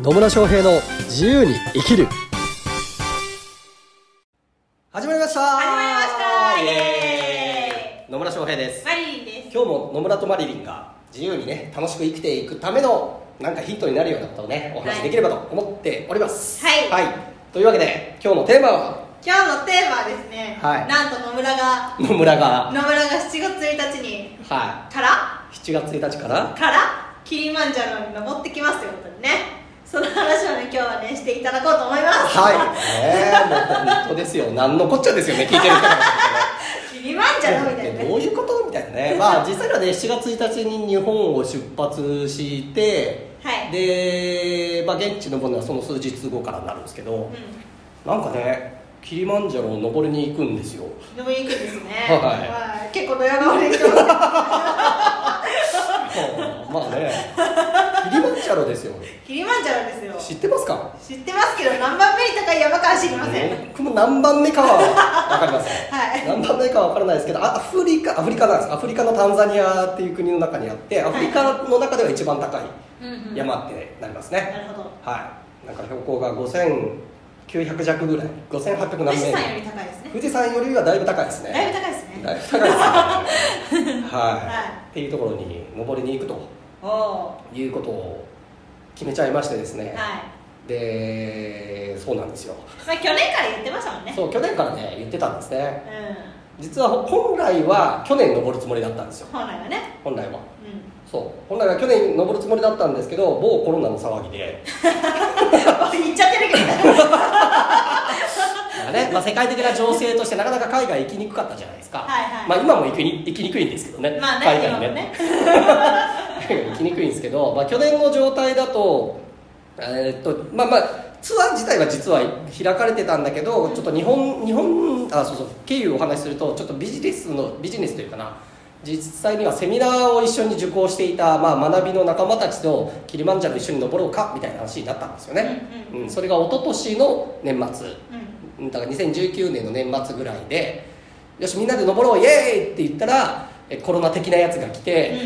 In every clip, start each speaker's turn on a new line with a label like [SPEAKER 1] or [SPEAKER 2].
[SPEAKER 1] 野村翔平の自由に生きる始まりました
[SPEAKER 2] 始まりましたイエ
[SPEAKER 1] 野村翔平です
[SPEAKER 2] マリリンです。
[SPEAKER 1] 今日も野村とマリリンが自由にね楽しく生きていくためのなんかヒントになるようなことをねお話しできればと思っております
[SPEAKER 2] はい
[SPEAKER 1] はい、というわけで今日のテーマは
[SPEAKER 2] 今日のテーマはですね、
[SPEAKER 1] はい
[SPEAKER 2] なんと野村が
[SPEAKER 1] 野村が
[SPEAKER 2] 野村が7月1日に
[SPEAKER 1] は
[SPEAKER 2] から
[SPEAKER 1] い7月1日から
[SPEAKER 2] からキリマンジャロに登ってきますということでね、その話をね今日はねしていただこうと思います。
[SPEAKER 1] はいねえもう本当ですよ何のこっちゃですよね聞いてる人からしたらね
[SPEAKER 2] キリマンジャロみたいな
[SPEAKER 1] ど
[SPEAKER 2] ね。
[SPEAKER 1] ういうことみたいなね、 まあ、実際はね7月1日に日本を出発して、
[SPEAKER 2] はい
[SPEAKER 1] で、まあ、現地のものはその数日後からになるんですけど、
[SPEAKER 2] う
[SPEAKER 1] なんかねキリマンジャロを登りに行くん ですよ
[SPEAKER 2] ん、飲みに行くんですね。
[SPEAKER 1] はい
[SPEAKER 2] い結構ドヤ顔で言ってますけど。
[SPEAKER 1] まあまあねキリマンジャロですよ
[SPEAKER 2] キリマンジャロですよ。
[SPEAKER 1] 知ってますか
[SPEAKER 2] 知ってますけど何番目に高い山かは知りません。
[SPEAKER 1] 僕も何番目かは分かりません、
[SPEAKER 2] はい
[SPEAKER 1] 何番目かは分からないですけどあアフリカアフリカなんですアフリカのタンザニアっていう国の中にあってアフリカの中では一番高い
[SPEAKER 2] うんうん。
[SPEAKER 1] 山ってなりますね、
[SPEAKER 2] なるほど。
[SPEAKER 1] はい、なんか標高が5900弱ぐらい、5800
[SPEAKER 2] 富
[SPEAKER 1] 何
[SPEAKER 2] 士
[SPEAKER 1] メート
[SPEAKER 2] 山よ
[SPEAKER 1] ル
[SPEAKER 2] り高いですね。
[SPEAKER 1] 富士山よりはだいぶ高いですね。
[SPEAKER 2] だいぶ高いですね。
[SPEAKER 1] だいぶ高いですね。は、
[SPEAKER 2] はい
[SPEAKER 1] っていうところに登りに行くと
[SPEAKER 2] おお
[SPEAKER 1] いうことを決めちゃいましてです
[SPEAKER 2] ー。
[SPEAKER 1] ね、
[SPEAKER 2] はい。
[SPEAKER 1] で、そうなんですよ、
[SPEAKER 2] まあ去年から言ってましたもんね。
[SPEAKER 1] そう、去年からね、言ってたんですね、
[SPEAKER 2] う
[SPEAKER 1] 実は本来は去年登るつもりだったんですよ、
[SPEAKER 2] ん、本来はね、
[SPEAKER 1] 本来は。
[SPEAKER 2] うん、
[SPEAKER 1] そう本来は去年登るつもりだったんですけど某コロナの騒ぎで、
[SPEAKER 2] 言っちゃってるけど、
[SPEAKER 1] だからねまあ、世界的な情勢としてなかなか海外行きにくかったじゃないですか、
[SPEAKER 2] はいはい
[SPEAKER 1] まあ、今も行きに行きにくいんですけどね、
[SPEAKER 2] まあね、
[SPEAKER 1] 海
[SPEAKER 2] 今
[SPEAKER 1] 外
[SPEAKER 2] も
[SPEAKER 1] ね
[SPEAKER 2] ね、
[SPEAKER 1] 海 外行きにくいんですけど、まあ、去年の状態だと,、えーっとまあまあ、ツアー自体は実は開かれてたんだけど、ちょっと日本日本あそうそう経由をお話しするとちょっとビジネスのビジネスというかな実際にはセミナーを一緒に受講していた、まあ、学びの仲間たちとキリマンジャロ一緒に登ろうかみたいな話になったんですよね、
[SPEAKER 2] うんうんうん
[SPEAKER 1] それが一昨年の年末
[SPEAKER 2] うん、
[SPEAKER 1] うんだから2019年の年末ぐらいで「よしみんなで登ろうイエーイ!」って言ったらえコロナ的なやつが来て、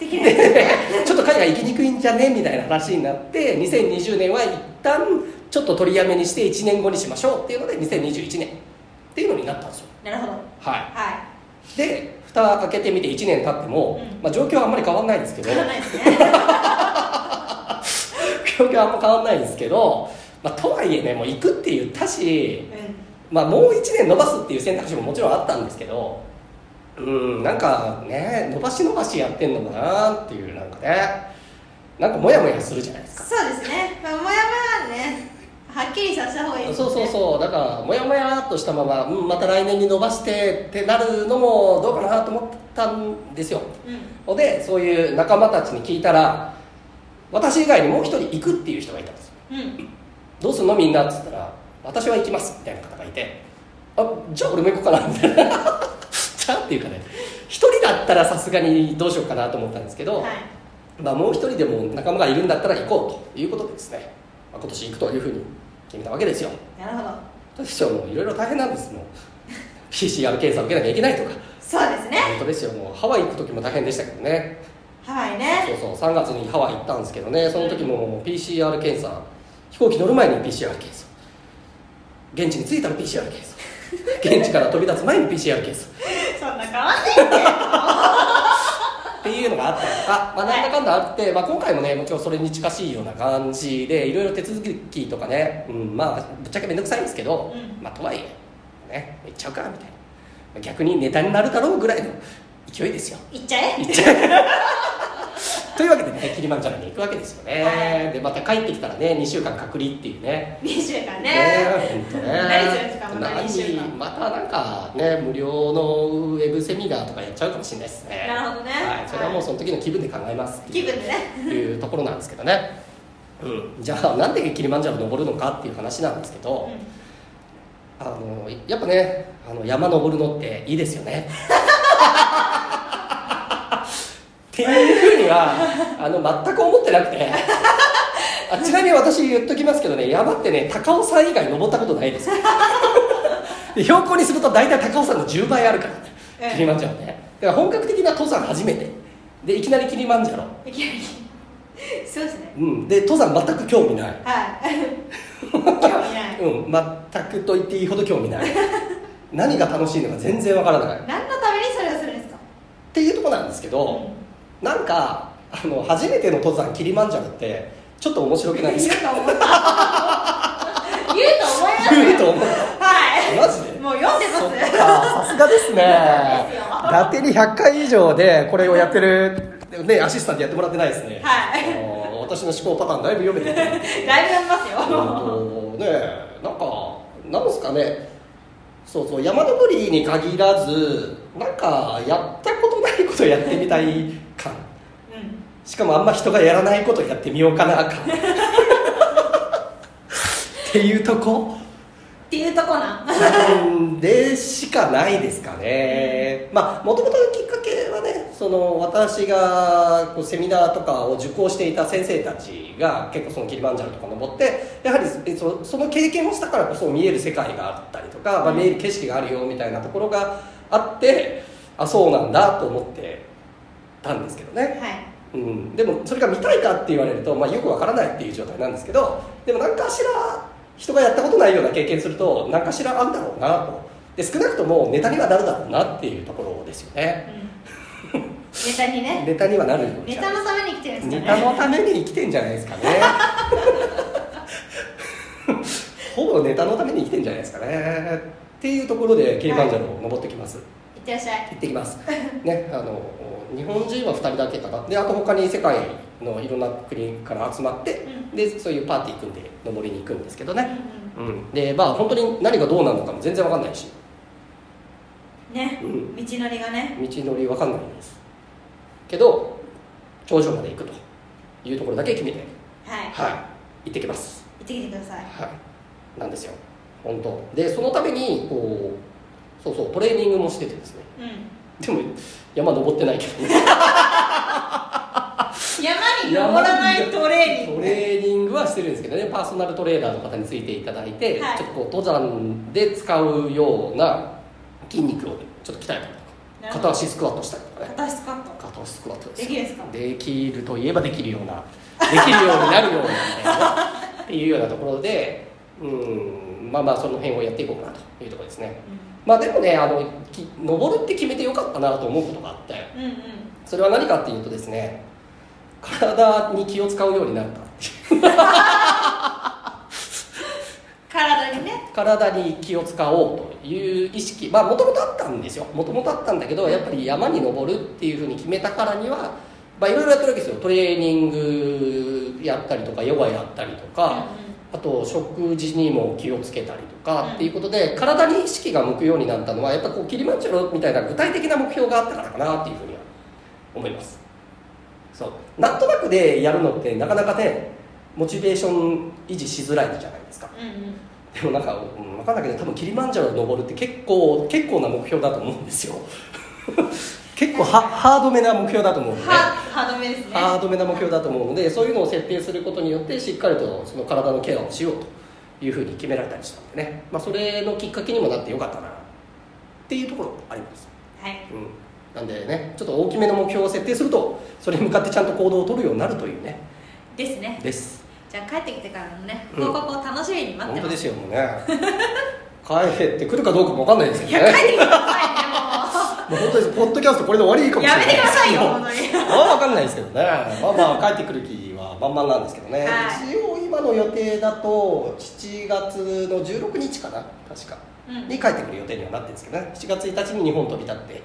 [SPEAKER 2] うん、できないですね、
[SPEAKER 1] ちょっと海外行きにくいんじゃねみたいな話になって2020年は一旦ちょっと取りやめにして1年後にしましょうっていうので2021年っていうのになったんですよ
[SPEAKER 2] なるほど、
[SPEAKER 1] は
[SPEAKER 2] はい
[SPEAKER 1] で蓋開けてみて1年経っても、
[SPEAKER 2] うん
[SPEAKER 1] まあ、状況はあんまり変わんないんですけ
[SPEAKER 2] い、
[SPEAKER 1] ど
[SPEAKER 2] 変わらないですね、
[SPEAKER 1] 状況はあんま変わんないんですけど、まあ、とはいえねもう行くって言ったしまあ、もう1年延ばすっていう選択肢ももちろんあったんですけどうんなんかね伸ばし伸ばしやってんのかなっていうなんかねなんかモヤモヤするじゃないです
[SPEAKER 2] う
[SPEAKER 1] か
[SPEAKER 2] ん、そうですね、まあ、もやもやはね、はっきりさせた方がいいです、ね、
[SPEAKER 1] そうそうそうだからモヤモヤっとしたまま、うん、また来年に伸ばしてってなるのもどうかなと思ったんですよ
[SPEAKER 2] う、
[SPEAKER 1] の
[SPEAKER 2] うん、
[SPEAKER 1] でそういう仲間たちに聞いたら私以外にもう一人行くっていう人がいたんですよ
[SPEAKER 2] うん、
[SPEAKER 1] どうすんのみんなっつったら「私は行きます」みたいな方がいて「あじゃあ俺も行こうかな」みたいな じゃあっていうかね一人だったらさすがにどうしようかなと思ったんですけど、
[SPEAKER 2] はい、
[SPEAKER 1] まあ、もう一人でも仲間がいるんだったら行こうということでですね、まあ、今年行くというふうに決めたわけですよ
[SPEAKER 2] なるほど、
[SPEAKER 1] そうですよもういろいろ大変なんですもう PCR 検査受けなきゃいけないとか
[SPEAKER 2] そうですね、
[SPEAKER 1] 本当ですよもうハワイ行く時も大変でしたけどね
[SPEAKER 2] ハワイ
[SPEAKER 1] そう
[SPEAKER 2] ね、
[SPEAKER 1] そう3月にハワイ行ったんですけどねその時も PCR 検査飛行機乗る前に PCR 検査現地に着いたら PCR 検査現地から飛び立つ前に PCR 検査
[SPEAKER 2] そんな変わんないって、
[SPEAKER 1] っていうのがあったりとか、まあ、なんだかんだあって、まあ、今回もねもちろんそれに近しいような感じでいろいろ手続きとかね、うん、まあぶっちゃけ面倒くさいんですけど、
[SPEAKER 2] うん
[SPEAKER 1] まあとはいえね行っちゃうかみたいな逆にネタになるだろうぐらいの勢いですよ
[SPEAKER 2] 行っちゃえ、
[SPEAKER 1] 行っちゃう というわけでねキリマンジャロに行くわけですよね、
[SPEAKER 2] は
[SPEAKER 1] でまた帰ってきたらね2週間隔離っていうね
[SPEAKER 2] 2週間ね、
[SPEAKER 1] えほんとね
[SPEAKER 2] 何するんですかまた
[SPEAKER 1] 何
[SPEAKER 2] 2週間
[SPEAKER 1] またなんかね無料のウェブセミナーとかやっちゃうかもしれないですね
[SPEAKER 2] なるほどね
[SPEAKER 1] はい、それはもうその時の気分で考えますって
[SPEAKER 2] 気
[SPEAKER 1] いう
[SPEAKER 2] 分でね、
[SPEAKER 1] いうところなんですけどね、うん、じゃあなんでキリマンジャロ登るのかっていう話なんですけ
[SPEAKER 2] う
[SPEAKER 1] ど、
[SPEAKER 2] ん、
[SPEAKER 1] あのやっぱねあの山登るのっていいですよね っていうふうにはあの全く思ってなくてあちなみに私言っときますけどね山ってね高尾山以外登ったことないです で標高にすると大体高尾山の10倍あるから
[SPEAKER 2] ええ
[SPEAKER 1] ねキリマンジャロねだから本格的な登山初めてでいきなりキリマンジャロ
[SPEAKER 2] いきなり、そうですね
[SPEAKER 1] うん、で登山全く興味ない、
[SPEAKER 2] はい 興味ない
[SPEAKER 1] うん、全くと言っていいほど興味ない何が楽しいのか全然わからないっ
[SPEAKER 2] 何のためにそれをするんですか
[SPEAKER 1] ていうとこなんですけど、なんかあの初めての登山キリマンジャロってちょっと面白くないですか
[SPEAKER 2] 言う と思った言うと
[SPEAKER 1] 言うと思
[SPEAKER 2] 思いますよ
[SPEAKER 1] う
[SPEAKER 2] はい
[SPEAKER 1] マジで
[SPEAKER 2] もう読んでます
[SPEAKER 1] そっかさすがですね
[SPEAKER 2] ですよ
[SPEAKER 1] 伊達に100回以上でこれをやってる、ね、アシスタントやってもらってないですね、
[SPEAKER 2] はい
[SPEAKER 1] あの私の思考パターンだいぶ読め てきてる
[SPEAKER 2] だいぶ読みますよ
[SPEAKER 1] うんとねなんかなんですかねそうそう山登りに限らずなんかやったことないことやってみたい感
[SPEAKER 2] うん
[SPEAKER 1] しかもあんま人がやらないことやってみようかな感っていうとこ
[SPEAKER 2] っていうとこなん
[SPEAKER 1] でしかないですかね、まあもともとのきっかけはねその私がこうセミナーとかを受講していた先生たちが結構そのキリマンジャロとか登ってやはりえそその経験をしたからこそ見える世界があったりとか、まあ、見える景色があるよみたいなところがあってあそうなんだと思ってたんですけどね。
[SPEAKER 2] はい
[SPEAKER 1] うん、でもそれが見たいかって言われると、まあ、よくわからないっていう状態なんですけどでも何かしら人がやったことないような経験すると何かしらあんだろうなとで少なくともネタにはなるだろうなっていうところですよね
[SPEAKER 2] うんネタにね
[SPEAKER 1] ネタにはなるよう
[SPEAKER 2] ネ
[SPEAKER 1] に
[SPEAKER 2] タのために来てるんで
[SPEAKER 1] ネ
[SPEAKER 2] すか
[SPEAKER 1] タ
[SPEAKER 2] ね
[SPEAKER 1] のために生きてんじゃないですかね ほぼネタのために生きてんじゃないですかねっていうところでキリマンジャロを登ってきます、
[SPEAKER 2] いってらっしゃい
[SPEAKER 1] 行ってきます、ね、あの日本人は2人だけかなであと他に世界のいろんな国から集まって、でそういうパーティー組んで登りに行くんですけど
[SPEAKER 2] う
[SPEAKER 1] ね、
[SPEAKER 2] ん
[SPEAKER 1] うん、でまあ本当に何がどうなるのかも全然わかんないし
[SPEAKER 2] うんね
[SPEAKER 1] うん
[SPEAKER 2] 道のりがね
[SPEAKER 1] 道のりわかんないですけど頂上まで行くというところだけ決めて、
[SPEAKER 2] はい行
[SPEAKER 1] はい、行ってきます、
[SPEAKER 2] ってきてください
[SPEAKER 1] はい、なんですよ本当でそのためにこうそうそうトレーニングもしててですね
[SPEAKER 2] うん
[SPEAKER 1] でも山登ってないけどね
[SPEAKER 2] 山に登らないトレー
[SPEAKER 1] ト
[SPEAKER 2] ニング
[SPEAKER 1] レーニングはしてるんですけどねパーソナルトレーナーの方についていただいて、
[SPEAKER 2] はい
[SPEAKER 1] ちょっとこう登山で使うような筋肉をちょっと鍛えたり
[SPEAKER 2] な
[SPEAKER 1] とか
[SPEAKER 2] るほど
[SPEAKER 1] 片足スクワットしたりとかね
[SPEAKER 2] 片足スカット
[SPEAKER 1] 片足スクワットです
[SPEAKER 2] できるんですか
[SPEAKER 1] できるといえばできるようなできるようになるようなみたいなねっていうようなところでうんまあまあその辺をやっていこうかなというところですねまあでもねあのき登るって決めてよかったなと思うことがあって
[SPEAKER 2] うんうんうん
[SPEAKER 1] それは何かっていうとですね体に気を使うようになった
[SPEAKER 2] 体にね
[SPEAKER 1] 体に気を使おうという意識まあもともとあったんですよもともとあったんだけどやっぱり山に登るっていうふうに決めたからにはまあいろいろやってるわけですよトレーニングやったりとかヨガやったりとか、あと食事にも気をつけたりとかっていうことで、体に意識が向くようになったのはやっぱこうキリマンジャロみたいな具体的な目標があったからかなっていうふうには思いますそうなんとなくでやるのってなかなかねモチベーション維持しづらいじゃないですか
[SPEAKER 2] うんうんうん
[SPEAKER 1] でもなんか、うん、分かんないけど多分キリマンジャロ登るって結構結構な目標だと思うんですよ 結構はハードめな目標だと思うので、
[SPEAKER 2] は歯止めですね
[SPEAKER 1] ハードめな目標だと思うのでそういうのを設定することによってしっかりとその体のケアをしようというふうに決められたりしたんでね、まあ、それのきっかけにもなってよかったなっていうところあります、
[SPEAKER 2] はい
[SPEAKER 1] うん、なんでねちょっと大きめの目標を設定するとそれに向かってちゃんと行動を取るようになるというね
[SPEAKER 2] ですね
[SPEAKER 1] です
[SPEAKER 2] じゃあ帰ってきてからのね
[SPEAKER 1] うん
[SPEAKER 2] 報告を楽しみに待
[SPEAKER 1] 本
[SPEAKER 2] って
[SPEAKER 1] 当
[SPEAKER 2] ま
[SPEAKER 1] ですすよもうね帰ってくるかどうかも分かんないです
[SPEAKER 2] い
[SPEAKER 1] けど
[SPEAKER 2] や
[SPEAKER 1] ね
[SPEAKER 2] 帰ってきてくださ
[SPEAKER 1] もう本当ですポッドキャストこれで終わりいいか
[SPEAKER 2] いねもう
[SPEAKER 1] もしれない
[SPEAKER 2] やめてくださいよ
[SPEAKER 1] もう
[SPEAKER 2] 本当に
[SPEAKER 1] まあ分かんないですけどねまあまあ帰ってくる気は満々なんですけどね、
[SPEAKER 2] は
[SPEAKER 1] 一応今の予定だと7月の16日かな確か
[SPEAKER 2] うん
[SPEAKER 1] に帰ってくる予定にはなってるんですけどね7月1日に日本飛び立って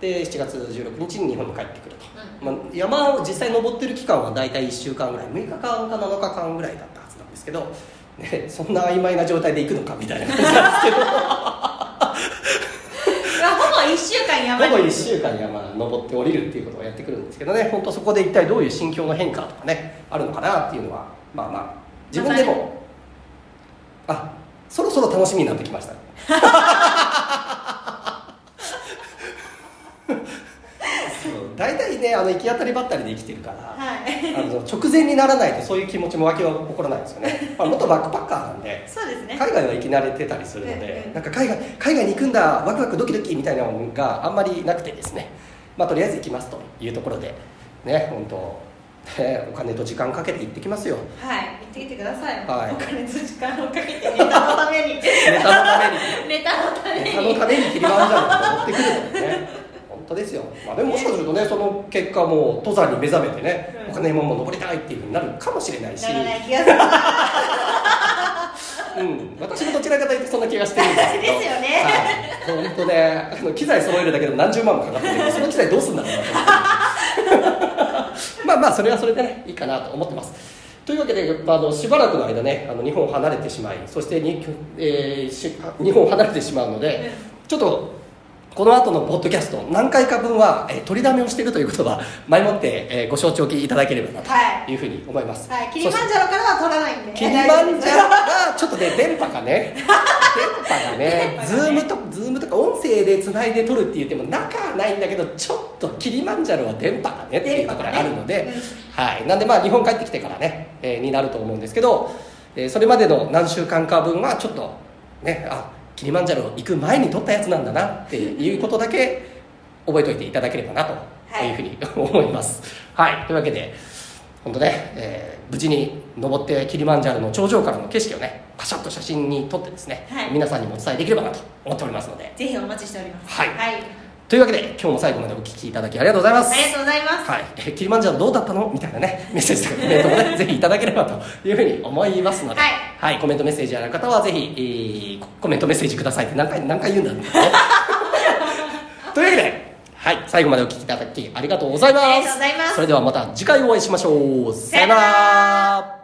[SPEAKER 1] で7月16日に日本に帰ってくると、まあ、山を実際登ってる期間は大体1週間ぐらい6日間か7日間ぐらいだったはずなんですけど、ね、そんな曖昧な状態で行くのかみたいな感じなんですけど
[SPEAKER 2] いやほぼ一週間やば
[SPEAKER 1] ほ
[SPEAKER 2] い
[SPEAKER 1] ぼ1週間山登って降りるっていうことをやってくるんですけどね本当そこで一体どういう心境の変化とかねあるのかなっていうのはまあまあ自分でも、あそろそろ楽しみになってきました そう大体ねあの行き当たりばったりで生きてるから、
[SPEAKER 2] はい
[SPEAKER 1] あの直前にならないとそういう気持ちも湧きは起こらないんですよね、まあ、元バックパッカーなんで
[SPEAKER 2] そうですね
[SPEAKER 1] 海外は行き慣れてたりするの
[SPEAKER 2] うん
[SPEAKER 1] で
[SPEAKER 2] う、ん
[SPEAKER 1] なんか海外海外に行くんだ、ワクワクドキドキみたいなのがあんまりなくてですね、まあ、とりあえず行きますというところで、ね、本当、えーお金と時間かけて行ってきます よ
[SPEAKER 2] はい行ってきてください、
[SPEAKER 1] はい
[SPEAKER 2] お金と時間をかけてネタのた めに
[SPEAKER 1] ネタのために
[SPEAKER 2] ネタのため
[SPEAKER 1] ネ
[SPEAKER 2] に
[SPEAKER 1] タのためにキリマンジャロって持ってくるとね本当ですよ、まあ、でももしかするとねその結果もう登山に目覚めてね、
[SPEAKER 2] うん
[SPEAKER 1] お金もも登りたいっていうふうになるかもしれないし
[SPEAKER 2] ならない気がするな
[SPEAKER 1] うん、私もどちらかというとそんな気がしてるんですけど
[SPEAKER 2] ですよね
[SPEAKER 1] はい、本当ねあの機材揃えるだけでも何十万もかかって るんでその機材どうすんだろうなと思って まあまあそれはそれでねいいかなと思ってますというわけでやっぱあのしばらくの間ねあの日本を離れてしまいそしてに、えーし日本を離れてしまうので、ちょっとこの後のポッドキャスト何回か分は、えー取りだめをしているということは前もって、えーご承知おきいただければな
[SPEAKER 2] は
[SPEAKER 1] というふうに思います、
[SPEAKER 2] はい、キリマンジャロからは取らないんで
[SPEAKER 1] キリマンジャロ
[SPEAKER 2] ロ
[SPEAKER 1] が ちょっとね電波がね電波がね
[SPEAKER 2] 電波
[SPEAKER 1] ズ
[SPEAKER 2] が
[SPEAKER 1] ー
[SPEAKER 2] ね
[SPEAKER 1] ムとズームとか音声でつないで撮るって言っても仲はないんだけどちょっとキリマンジャロは電波がねっていうところがあるので、
[SPEAKER 2] 電波がね
[SPEAKER 1] はいなんでまあ日本帰ってきてからね、えーになると思うんですけど、えーそれまでの何週間か分はちょっとねあキリマンジャロ行く前に撮ったやつなんだなっていうことだけ覚えておいていただければなと
[SPEAKER 2] はい
[SPEAKER 1] いうふうに思います。はい、というわけで本当ね、えー無事に登ってキリマンジャロの頂上からの景色をねパシャッと写真に撮ってですね、
[SPEAKER 2] はい
[SPEAKER 1] 皆さんにもお伝えできればなと思っておりますので
[SPEAKER 2] ぜひお待ちしております
[SPEAKER 1] はい
[SPEAKER 2] はい、
[SPEAKER 1] というわけで今日も最後までお聞きいただきありがとうございます
[SPEAKER 2] ありがとうございます
[SPEAKER 1] はい、えーキリマンジャロどうだったのみたいなね メッセージとかコメントも ねぜひいただければというふうに思いますので、
[SPEAKER 2] はい
[SPEAKER 1] コメントメッセージある方はぜひ、えーココメントメッセージくださいって何回何回言うんだろう ねというわけで、はい、最後までお聞きいただきありがとうございます
[SPEAKER 2] ありがとうございます
[SPEAKER 1] それではまた次回お会いしましょうさよな
[SPEAKER 2] さよな
[SPEAKER 1] ら